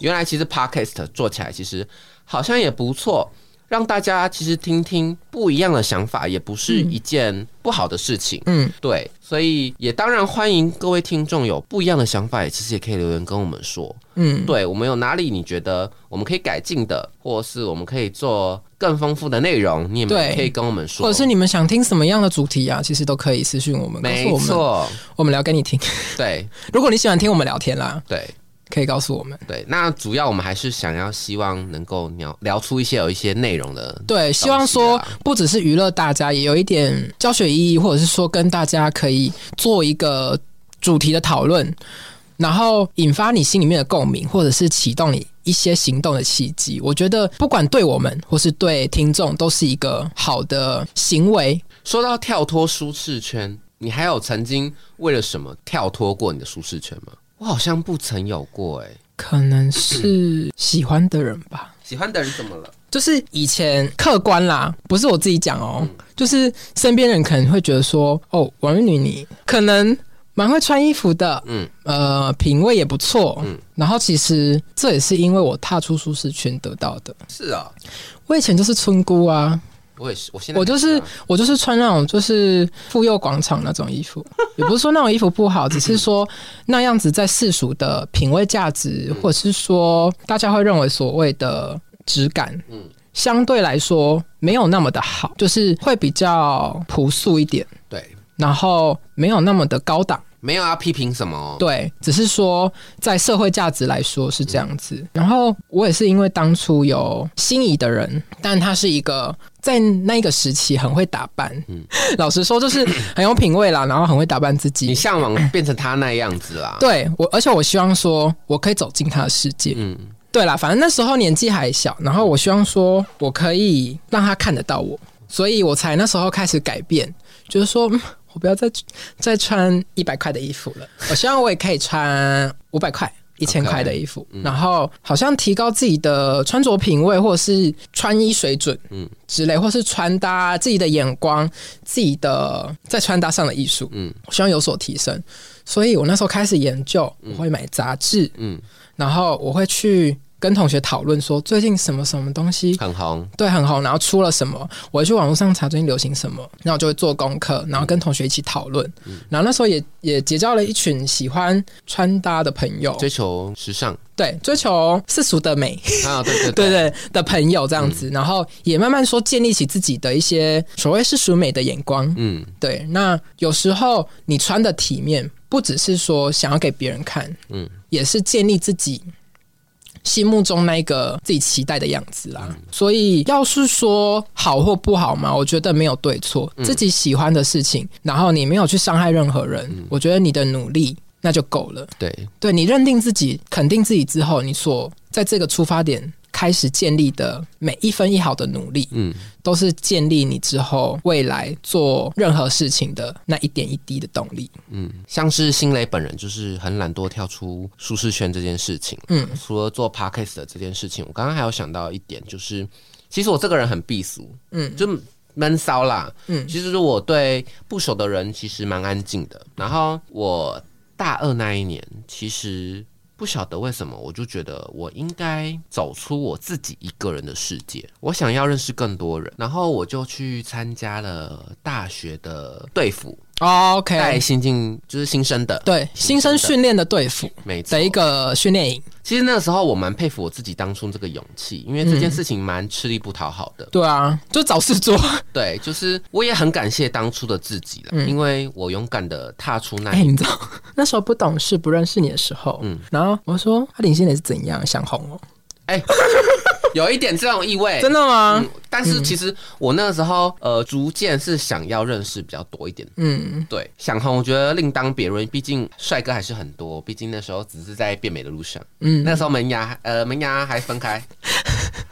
A: 原来其实 podcast 做起来其实好像也不错，让大家其实听听不一样的想法，也不是一件不好的事情。
B: 嗯，
A: 对，所以也当然欢迎各位听众有不一样的想法，也其实也可以留言跟我们说。
B: 嗯，
A: 对我们有哪里你觉得我们可以改进的，或是我们可以做更丰富的内容，你也
B: 对
A: 可以跟我们说。
B: 或者是你们想听什么样的主题啊？其实都可以私信我们，告诉
A: 没
B: 我们，
A: 错，
B: 我们聊给你听。
A: 对
B: 如果你喜欢听我们聊天啦，
A: 对
B: 可以告诉我们。
A: 对。那主要我们还是想要希望能够聊聊出一些有一些内容的。
B: 对，希望说不只是娱乐大家，也有一点教学意义，或者是说跟大家可以做一个主题的讨论，然后引发你心里面的共鸣，或者是启动你一些行动的契机。我觉得不管对我们或是对听众，都是一个好的行为。
A: 说到跳脱舒适圈，你还有曾经为了什么跳脱过你的舒适圈吗？我好像不曾有过哎、
B: 可能是喜欢的人吧。
A: 喜欢的人怎么了？
B: 就是以前客观啦，不是我自己讲哦、就是身边人可能会觉得说，哦，王玉女你可能蛮会穿衣服的，
A: 嗯
B: 嗯，呃，品味也不错，嗯，然后其实这也是因为我踏出舒适圈得到的。
A: 是啊，
B: 我以前就是村姑啊，
A: 我也是，我现在
B: 我就是
A: 也啊
B: 我就是穿那种就是妇幼广场那种衣服，也不是说那种衣服不好，只是说那样子在世俗的品味价值，或者是说大家会认为所谓的质感，嗯，相对来说没有那么的好，就是会比较朴素一点，
A: 对，
B: 然后没有那么的高档。
A: 没有要批评什么哦，
B: 对，只是说在社会价值来说是这样子。然后我也是因为当初有心仪的人，但他是一个在那个时期很会打扮， [laughs] 老实说就是很有品味啦，然后很会打扮自
A: 你
B: 己。
A: 向往变成他那样子啊啦。
B: 对我，而且我希望说我可以走进他的世界。
A: 嗯，
B: 对啦，反正那时候年纪还小，然后我希望说我可以让他看得到我，所以我才那时候开始改变，就是说。嗯我不要再再穿一百块的衣服了，我希望我也可以穿五百块、一千
A: OK
B: 块的衣服然后好像提高自己的穿着品味，或者是穿衣水准，嗯，之类，或是穿搭自己的眼光、自己的在穿搭上的艺术，嗯，我希望有所提升。所以我那时候开始研究，我会买杂志，
A: 嗯
B: 嗯，然后我会去跟同学讨论说最近什么什么东西
A: 很红，
B: 对很红，然后出了什么，我会去网络上查最近流行什么，然后就会做功课，然后跟同学一起讨论，然后那时候也也结交了一群喜欢穿搭的朋友，
A: 追求时
B: [laughs]
A: 尚
B: 对，追求世俗的美，
A: 啊，对对
B: 对对的朋友这样子，然后也慢慢说建立起自己的一些所谓世俗美的眼光，
A: 嗯，
B: 对，那有时候你穿的体面，不只是说想要给别人看，
A: 嗯
B: 嗯，也是建立自己心目中那个自己期待的样子啦。所以，要是说好或不好嘛，我觉得没有对错，自己喜欢的事情，然后你没有去伤害任何人，我觉得你的努力那就够了。
A: 对，
B: 对你认定自己、肯定自己之后，你所在这个出发点开始建立的每一分一毫的努力，
A: 嗯，
B: 都是建立你之后未来做任何事情的那一点一滴的动力。
A: 像是新蕾本人就是很懒惰，跳出舒适圈这件事情。嗯
B: 嗯，
A: 除了做 podcast 的这件事情，我刚刚还有想到一点，就是其实我这个人很避俗，嗯，就闷骚啦。嗯，
B: 嗯
A: 其实我对不熟的人其实蛮安静的。然后我大二那一年，其实不晓得为什么，我就觉得我应该走出我自己一个人的世界，我想要认识更多人。然后我就去参加了大学的队服，带
B: OK，
A: 新进就是新生的。
B: 对，新生训练的队服
A: 没错
B: 的，一个训练营，
A: 其实那个时候我蛮佩服我自己当初这个勇气，因为这
B: 嗯
A: 件事情蛮吃力不讨好的。
B: 对啊，就找事做。
A: 对，就是我也很感谢当初的自己了，因为我勇敢的踏出那
B: 嗯哎、
A: 一
B: 你知道那时候不懂事、不认识你的时候，嗯，然后我说他领先你是怎样想红哦？
A: 哎， [laughs] 有一点这种意味。
B: 真的吗？
A: 嗯，但是其实我那个时候呃，逐渐是想要认识比较多一点。
B: 嗯，
A: 对，想红我觉得另当别论，毕竟帅哥还是很多，毕竟那时候只是在变美的路上。嗯，
B: 嗯
A: 那时候门牙呃门牙还分
B: [laughs]
A: 开，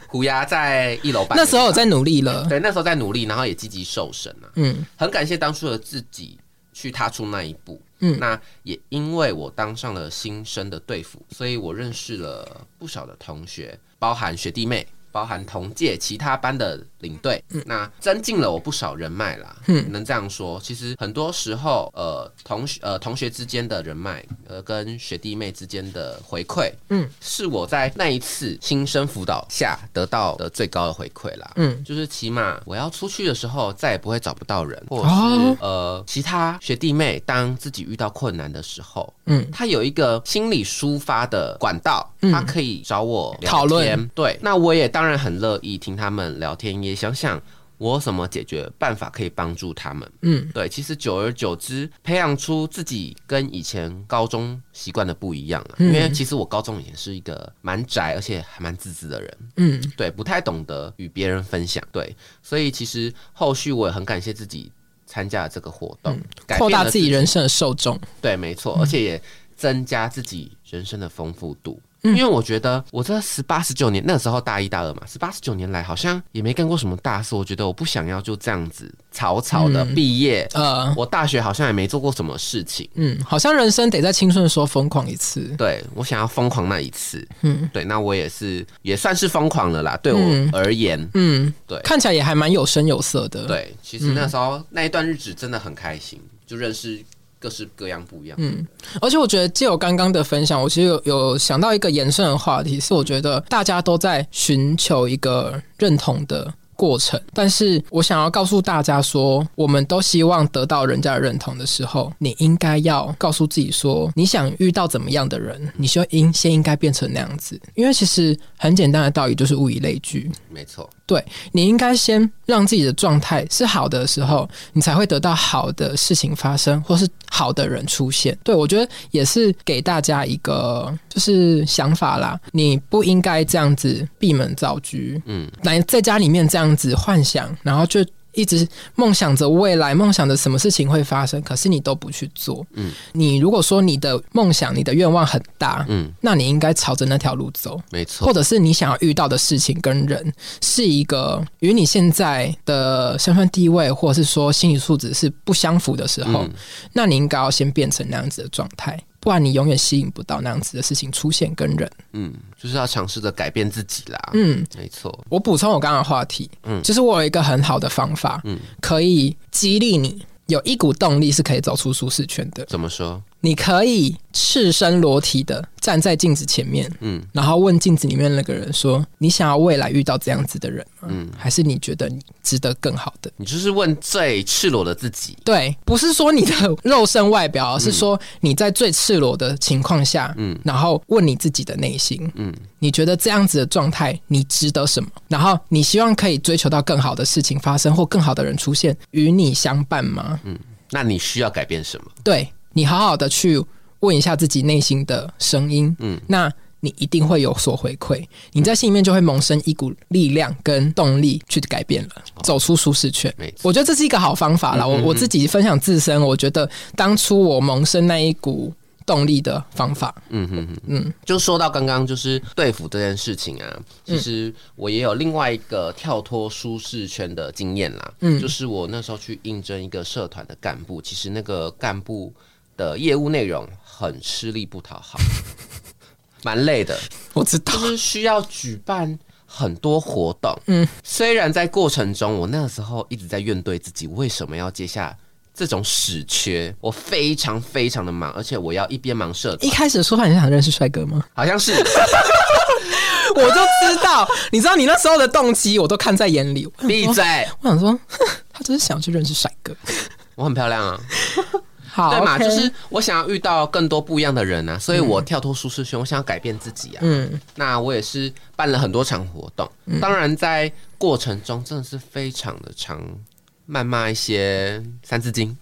A: 虎牙在一楼半。
B: 那时候我在努力了，
A: 对，那时候在努力，然后也积极瘦身啊。
B: 嗯。
A: 很感谢当初的自己去踏出那一步。嗯
B: 嗯，
A: 那也因为我当上了新生的队服，所以我认识了不少的同学，包含学弟妹，包含同届其他班的领队。
B: 嗯
A: 那增进了我不少人脉啦。嗯，能这样说，其实很多时候，呃，同学呃同学之间的人脉，呃，跟学弟妹之间的回馈，嗯
B: 嗯，
A: 是我在那一次新生辅导下得到的最高的回馈啦。
B: 嗯
A: 就是起码我要出去的时候，再也不会找不到人，或者是、
B: 哦
A: 呃其他学弟妹，当自己遇到困难的时候，嗯
B: 嗯，
A: 他有一个心理抒发的管道，他可以找我聊
B: 讨论
A: 天。对，那我也当然很乐意听他们聊天，也想想。我有什么解决办法可以帮助他们？嗯
B: 嗯，
A: 对，其实久而久之，培养出自己跟以前高中习惯的不一样了、
B: 嗯
A: 因为其实我高中以前是一个蛮宅，而且还蛮自私的人。
B: 嗯，
A: 对，不太懂得与别人分享，对，所以其实后续我也很感谢自己参加了这个活动，改
B: 嗯扩
A: 变
B: 大
A: 了
B: 自己，人生的受众。
A: 对，没错，而且也增加自己人生的丰富度，
B: 嗯
A: 因为我觉得我这十八十九年那时候大一大二嘛，十八十九年来好像也没干过什么大事，我觉得我不想要就这样子草草
B: 嗯
A: 的毕业。
B: 呃，
A: 我大学好像也没做过什么事情，
B: 嗯，好像人生得在青春的时候疯狂一次。
A: 对我想要疯狂那一次，嗯，对，那我也是也算是疯狂了啦，对我而言，
B: 嗯，
A: 对
B: 看起来也还蛮有声有色的。，
A: 对，其实
B: 嗯
A: 那时候、那一段日子真的很开心，就认识各式各样不一样的
B: 嗯
A: 人，
B: 而且我觉得借我刚刚的分享，我其实有有想到一个延伸的话题，是我觉得大家都在寻求一个认同的。过程，但是我想要告诉大家说，我们都希望得到人家的认同的时候，你应该要告诉自己说，你想遇到怎么样的人，你就应先应该变成那样子，因为其实很简单的道理就是物以类聚，
A: 没错，
B: 对你应该先让自己的状态是好的时候，你才会得到好的事情发生，或是好的人出现。对我觉得也是给大家一个就是想法啦，你不应该这样子闭门造车，
A: 嗯，
B: 来在家里面这样子幻想，然后就。一直梦想着未来，梦想着什么事情会发生，可是你都不去做。
A: 嗯，
B: 你如果说你的梦想、你的愿望很大，
A: 嗯，
B: 那你应该朝着那条路走。
A: 没
B: 或
A: 错，
B: 者是你想要遇到的事情跟人，是一个与你现在的身份地位，或者是说心理素质是不相符的时候，
A: 嗯
B: 那你应该要先变成那样子的状态，不然你永远吸引不到那样子的事情出现跟人。
A: 嗯，就是要尝试着改变自己啦，
B: 嗯，
A: 没错，
B: 我补充我刚刚的话题，
A: 嗯
B: 就是我有一个很好的方法，
A: 嗯
B: 可以激励你。有一股动力是可以走出舒适圈的。
A: 怎么说？
B: 你可以赤身裸体的站在镜子前面，
A: 嗯
B: 然后问镜子里面那个人说：“你想要未来遇到这样子的人吗？
A: 嗯
B: 还是你觉得你值得更好的
A: 你就是问最赤裸的自己？”，
B: 对，不是说你的肉身外表，而是说你在最赤裸的情况下，
A: 嗯
B: 然后问你自己的内心，
A: 嗯
B: 你觉得这样子的状态，你值得什么？然后你希望可以追求到更好的事情发生，或更好的人出现与你相伴吗？
A: 嗯，那你需要改变什么？
B: 对你好好的去问一下自己内心的声音，
A: 嗯
B: 嗯，那你一定会有所回馈，你在心里面就会萌生一股力量跟动力去改变了，走出舒适圈。
A: 哦没错，嗯
B: 我觉得这是一个好方法啦。我我自己分享自身，我觉得当初我萌生那一股动力的方法，
A: 嗯哼哼，嗯，就说到刚刚就是对付这件事情啊，其实我也有另外一个跳脱舒适圈的经验啦，嗯，就是我那时候去应征一个社团的干部，其实那个干部的业务内容很吃力不讨好，蛮累的，
B: 我知道
A: 就。是需要举办很多活动。嗯，虽然在过程中，我那时候一直在怨对自己为什么要接下这种屎缺，我非常非常的忙，而且我要一边忙社
B: [laughs] 一
A: 团，
B: 开始说法你想认识
A: [laughs]
B: 帅哥吗？
A: 好像是
B: 我就知道，你知道你那时候的动机，我都看在眼里。
A: 闭嘴，
B: 我想说，他就是想去认识帅哥。
A: 我很漂亮啊，
B: 好，
A: 对嘛
B: OK
A: 就是我想要遇到更多不一样的人啊，所以我跳脱舒适圈，我想要改变自己啊。
B: 嗯，
A: 那我也是办了很多场活动，当然在过程中真的是非常的常谩骂一些《三字
B: [laughs]
A: 经》，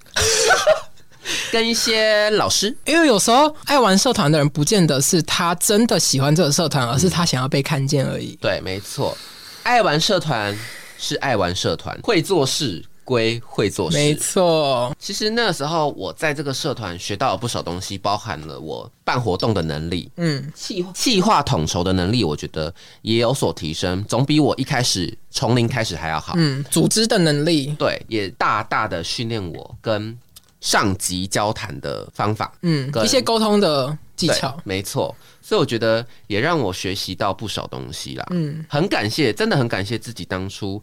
A: 跟一些老师，
B: 因为有时候爱玩社团的人，不见得是他真的喜欢这个社团，而是他想要被看见而已。
A: 对，没错，爱玩社团是爱玩社团，会做事归会做事，
B: 没错，
A: 其实那时候我在这个社团学到了不少东西，包含了我办活动的能力，
B: 嗯，
A: 计计划统筹的能力，我觉得也有所提升，总比我一开始从零开始还要好。
B: 嗯，组织的能力，
A: 对，也大大的训练我跟上级交谈的方法
B: 嗯，
A: 跟
B: 一些沟通的技
A: 对
B: 巧，
A: 没错。所以我觉得也让我学习到不少东西啦。
B: 嗯
A: 很感谢，真的很感谢自己当初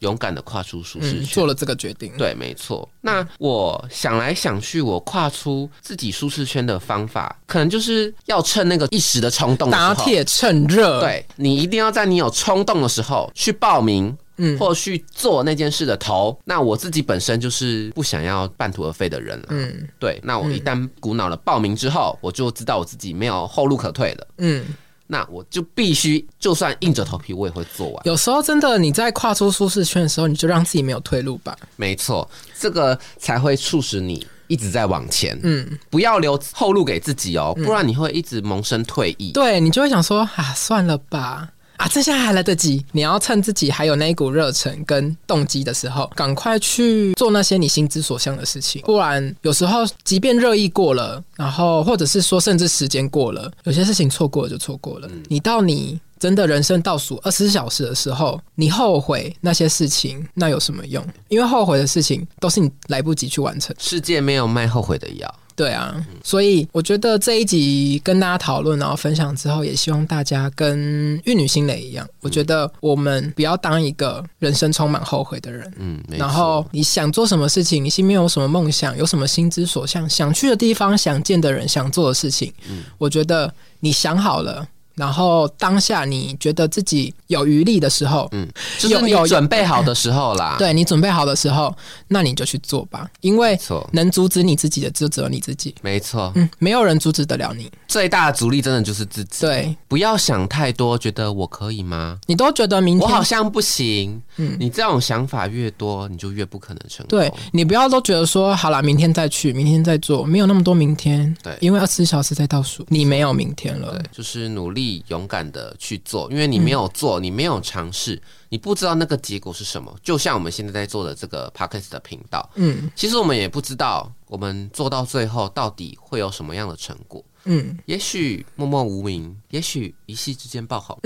A: 勇敢的跨出舒适
B: 嗯，
A: 圈。
B: 做了这个决定。
A: 对，没错。那我想来想去，我跨出自己舒适圈的方法，可能就是要趁那个一时的冲动的时
B: 打
A: 候，
B: 铁趁热，，
A: 对你一定要在你有冲动的时候去报名。
B: 嗯
A: 或去做那件事的头，那我自己本身就是不想要半途而废的人了。
B: 嗯
A: 对，那我一旦鼓脑了报名之后，我就知道我自己没有后路可退了。
B: 嗯，
A: 那我就必须，就算硬着头皮，我也会做完。
B: 有时候真的你在跨出舒适圈的时候，你就让自己没有退路吧。
A: 没错，这个才会促使你一直在往前。
B: 嗯，
A: 不要留后路给自己哦，不然你会一直萌生退意。
B: 对你就会想说啊，算了吧，啊，这下还来得及。你要趁自己还有那一股热忱跟动机的时候，赶快去做那些你心之所向的事情。不然，有时候即便热议过了，然后或者是说甚至时间过了，有些事情错过了就错过了。你到你真的人生倒数二十小时的时候，你后悔那些事情，那有什么用？因为后悔的事情都是你来不及去完成。
A: 世界没有卖后悔的药。
B: 对啊，所以我觉得这一集跟大家讨论，然后分享之后，也希望大家跟玉女心蕾
A: 嗯
B: 一样，我觉得我们不要当一个人生充满后悔的人。
A: 嗯，没
B: 然
A: 错
B: 后你想做什么事情，你心里面有什么梦想，有什么心之所向，想去的地方，想见的人，想做的事情，
A: 嗯
B: 我觉得你想好了。然后当下你觉得自己有余力的时候，
A: 嗯就是
B: 有
A: 你
B: 有
A: 准备好的时候啦。，
B: 对你准备好的时候，那你就去做吧，因为
A: 没错，
B: 能阻止你自己的就只有你自己，
A: 没错，
B: 嗯，没有人阻止得了你。
A: 最大的阻力真的就是自己。
B: 对
A: 不要想太多，觉得我可以吗？
B: 你都觉得明
A: 我
B: 天
A: 好像不行。你这种想法越多，你就越不可能成功。
B: 嗯对你不要都觉得说好啦，明天再去，明天再做，没有那么多明天。
A: 对
B: 因为二十小时在倒数，你没有明天了。
A: 对，就是努力勇敢的去做，因为你没有
B: 嗯
A: 做，你没有尝试，你不知道那个结果是什么。就像我们现在在做的这个 podcast 的频道，
B: 嗯
A: 其实我们也不知道我们做到最后到底会有什么样的成果。 [laughs]
B: 嗯，
A: 也许默默无名，也许一夕之间爆红，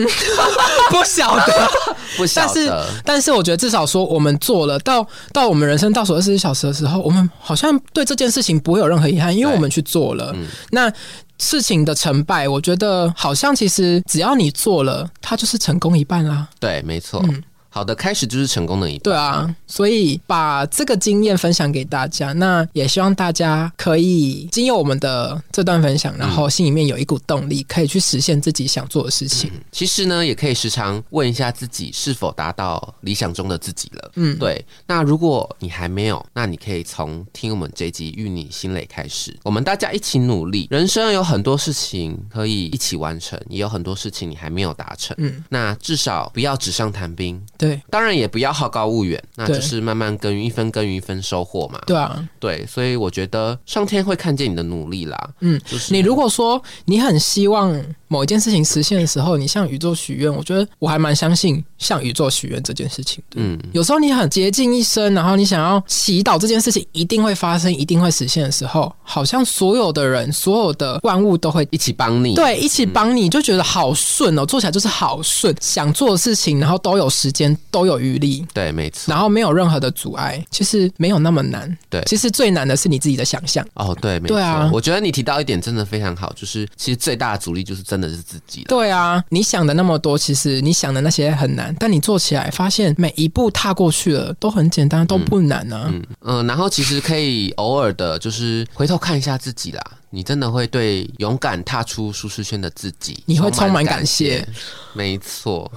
B: 不晓得。
A: 不
B: 嗯但
A: 晓
B: 是
A: 得。
B: [laughs] 但是我觉得至少说我们做了，到到我们人生倒数二十小时的时候，我们好像对这件事情不会有任何遗憾，因为
A: 对
B: 我们去做了。
A: 嗯
B: 那事情的成败，我觉得好像其实只要你做了，它就是成功一半啦、
A: 对，没错。
B: 嗯
A: 好的开始就是成功的一步。
B: 对啊，所以把这个经验分享给大家，那也希望大家可以经由我们的这段分享，然后心里面有一股动力，可以去实现自己想做的事情。
A: 其实呢，也可以时常问一下自己是否达到理想中的自己了。
B: 嗯
A: 对。那如果你还没有，那你可以从听我们这一集《与你心累》开始，我们大家一起努力。人生有很多事情可以一起完成，也有很多事情你还没有达成。
B: 嗯，
A: 那至少不要纸上谈兵，
B: 对，
A: 当然也不要好高骛远，那
B: 对
A: 就是慢慢耕耘，一分耕耘一分收获嘛。
B: 对啊，
A: 对，所以我觉得上天会看见你的努力啦。
B: 嗯，
A: 就是
B: 你如果说你很希望某一件事情实现的时候，你向宇宙许愿，我觉得我还蛮相信向宇宙许愿这件事情的。
A: 嗯，
B: 有时候你很竭尽一生，然后你想要祈祷这件事情一定会发生，一定会实现的时候，好像所有的人、所有的万物都会
A: 一起帮你。
B: 对，一起帮你就觉得好顺哦，做起来就是好顺，想做的事情，然后都有时间，都有余力，
A: 对，没错。
B: 然后没有任何的阻碍，其实没有那么难。
A: 对
B: 其实最难的是你自己的想象。
A: 哦，对，没错。
B: 对啊
A: 我觉得你提到一点真的非常好，就是其实最大的阻力就是真的是自己了。
B: 对啊，你想的那么多，其实你想的那些很难，但你做起来发现每一步踏过去了都很简单，都不难呢、啊。
A: 嗯嗯，然后其实可以偶尔的，就是回头看一下自己啦，你真的会对勇敢踏出舒适圈的自己，
B: 你会充满
A: 感
B: 感谢
A: 没错，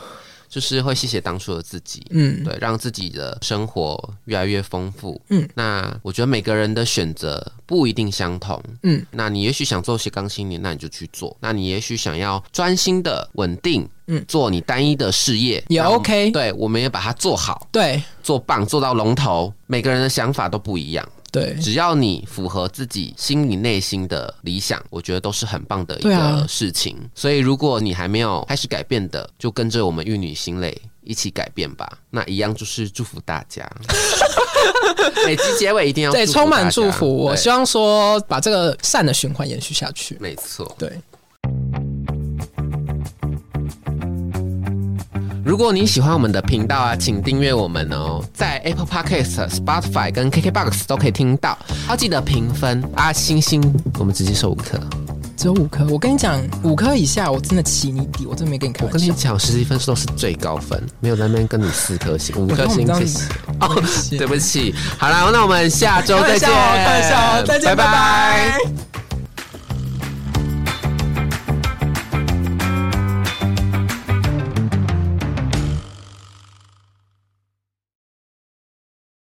A: 就是会谢谢当初的自己。
B: 嗯，
A: 对，让自己的生活越来越丰富。
B: 嗯，
A: 那我觉得每个人的选择不一定相同。
B: 嗯，
A: 那你也许想做斜杠青年，那你就去做；那你也许想要专心的、稳定，
B: 嗯，
A: 做你单一的事业
B: 也
A: 然后
B: OK
A: 对，我们也把它做好、
B: 对
A: 做棒、做到龙头。每个人的想法都不一样，
B: 对
A: 只要你符合自己心里内心的理想，我觉得都是很棒的一
B: 对啊
A: 个事情。所以，如果你还没有开始改变的，就跟着我们玉女心蕾一起改变吧。那一样就是祝福大
B: [laughs]
A: 家。每集结尾一定要
B: 对，
A: 祝福大
B: 充满
A: 家
B: 祝福。我
A: 对
B: 希望说把这个善的循环延续下去。
A: 没错。
B: 对，
A: 如果你喜欢我们的频道啊，请订阅我们哦，在 Apple Podcast、Spotify 跟 KKBox 都可以听到。要记得评分啊，星星，我们直接收五颗。
B: 只有五颗。我跟你讲，五颗以下我真的起你底，我真没跟你开
A: 我
B: 玩
A: 跟你
B: 笑。
A: 讲，实习分数都是最高分，没有在那边跟你四颗
B: [laughs]
A: 星、五
B: 我
A: 颗
B: 跟我们
A: 星
B: 这
A: 谢
B: 样
A: 谢
B: 子。
A: 哦，对不起，好啦，那我们下周
B: 开
A: 再
B: 玩笑
A: 见
B: 哦，开玩笑哦，再见，
A: 拜
B: 拜拜